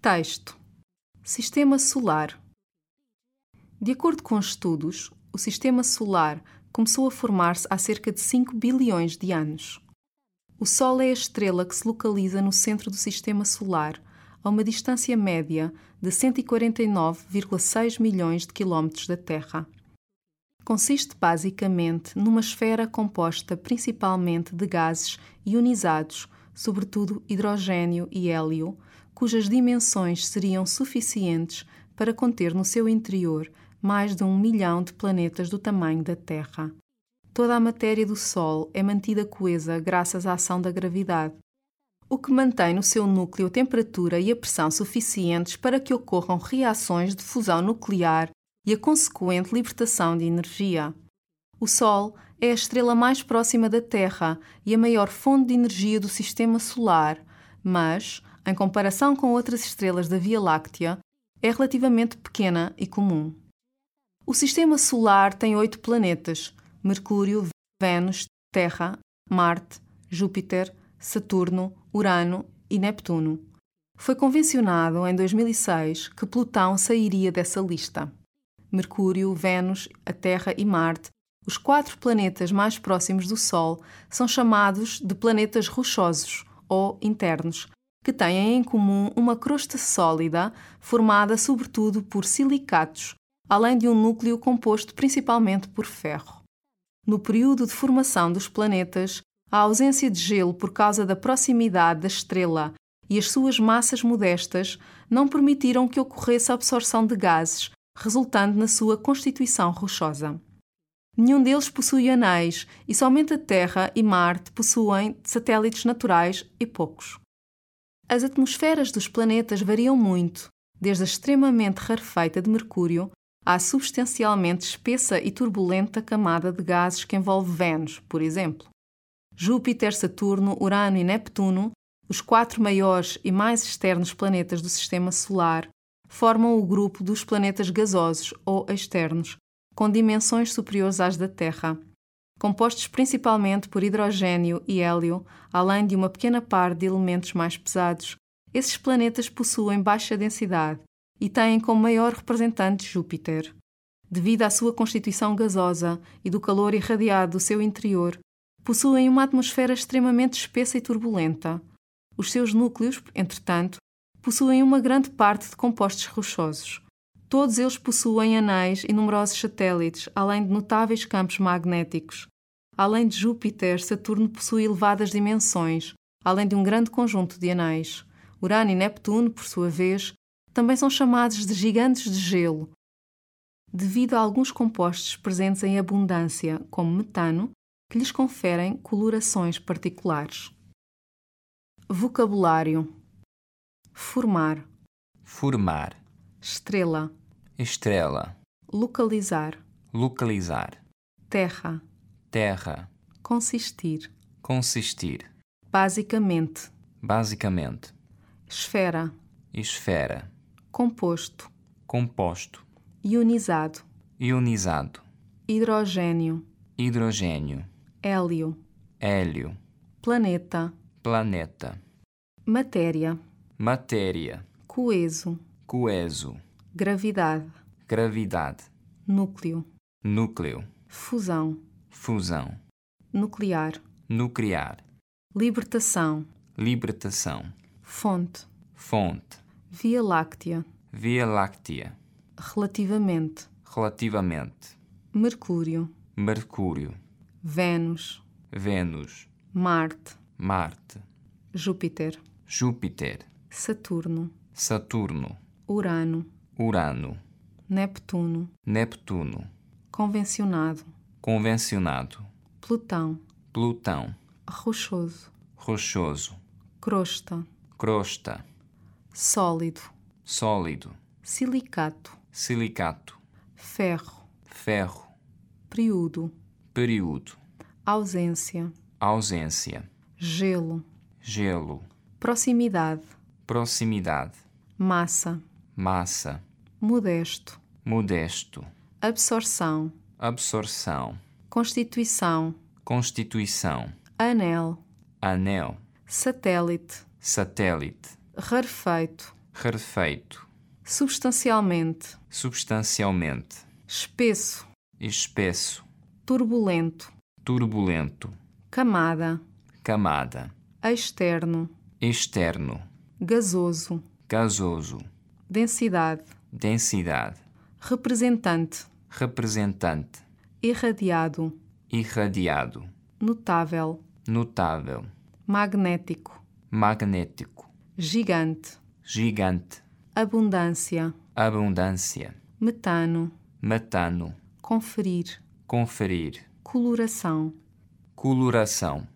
Texto: Sistema solar. De acordo com estudos, o sistema solar começou a formar-se há cerca de 5 bilhões de anos. O Sol é a estrela que se localiza no centro do sistema solar, a uma distância média de 149,6 milhões de quilómetros da Terra. Consiste basicamente numa esfera composta principalmente de gases ionizados, sobretudo hidrogênio e hélio, cujas dimensões seriam suficientes para conter no seu interior mais de um milhão de planetas do tamanho da Terra. Toda a matéria do Sol é mantida coesa graças à ação da gravidade, o que mantém no seu núcleo a temperatura e a pressão suficientes para que ocorram reações de fusão nuclear e a consequente libertação de energia. O Sol é a estrela mais próxima da Terra e a maior fonte de energia do sistema solar, mas, em comparação com outras estrelas da Via Láctea, é relativamente pequena e comum. O sistema solar tem oito planetas: Mercúrio, Vênus, Terra, Marte, Júpiter, Saturno, Urano e Neptuno. Foi convencionado em 2006 que Plutão sairia dessa lista. Mercúrio, Vênus, a Terra e Marte, os quatro planetas mais próximos do Sol, são chamados de planetas rochosos ou internos, que têm em comum uma crosta sólida formada sobretudo por silicatos, além de um núcleo composto principalmente por ferro. No período de formação dos planetas, a ausência de gelo por causa da proximidade da estrela e as suas massas modestas não permitiram que ocorresse a absorção de gases, resultando na sua constituição rochosa. Nenhum deles possui anéis e somente a Terra e Marte possuem satélites naturais e poucos. As atmosferas dos planetas variam muito, desde a extremamente rarefeita de Mercúrio à substancialmente espessa e turbulenta camada de gases que envolve Vênus, por exemplo. Júpiter, Saturno, Urano e Neptuno, os quatro maiores e mais externos planetas do Sistema Solar, formam o grupo dos planetas gasosos ou externos, com dimensões superiores às da Terra, compostos principalmente por hidrogênio e hélio, além de uma pequena par de elementos mais pesados. Esses planetas possuem baixa densidade, e têm como maior representante Júpiter. Devido à sua constituição gasosa e do calor irradiado do seu interior, possuem uma atmosfera extremamente espessa e turbulenta. Os seus núcleos, entretanto, possuem uma grande parte de compostos rochosos. Todos eles possuem anéis e numerosos satélites, além de notáveis campos magnéticos. Além de Júpiter, Saturno possui elevadas dimensões, além de um grande conjunto de anéis. Urano e Neptuno, por sua vez, também são chamados de gigantes de gelo, devido a alguns compostos presentes em abundância, como metano, que lhes conferem colorações particulares. Vocabulário: formar, formar, estrela, estrela, localizar, localizar, terra, terra, consistir, consistir, basicamente, basicamente, esfera, esfera, composto, composto, ionizado, ionizado, hidrogênio, hidrogênio, hélio, hélio, planeta, planeta, matéria, matéria, coeso, coeso, gravidade, gravidade, núcleo, núcleo, fusão, fusão, nuclear, nuclear, libertação, libertação, fonte, fonte, Via Láctea, Via Láctea, relativamente, relativamente, Mercúrio, Mercúrio, Vênus, Vênus, Marte, Marte, Júpiter, Júpiter, Saturno, Saturno, Urano, Urano, Neptuno, Neptuno, convencionado, convencionado, Plutão, Plutão, rochoso, rochoso, crosta, crosta, sólido, sólido, silicato, silicato, ferro, ferro, período, período, ausência, ausência, gelo, gelo, proximidade, proximidade, massa, massa, modesto, modesto, absorção, absorção, constituição, constituição, anel, anel, satélite, satélite, rarefeito, rarefeito, substancialmente, substancialmente, espesso, espesso, turbulento, turbulento, camada, camada, externo, externo, gasoso, gasoso, densidade, densidade, representante, representante, irradiado, irradiado, notável, notável, magnético, magnético, gigante, gigante, abundância, abundância, metano, metano, conferir, conferir, coloração. coloração,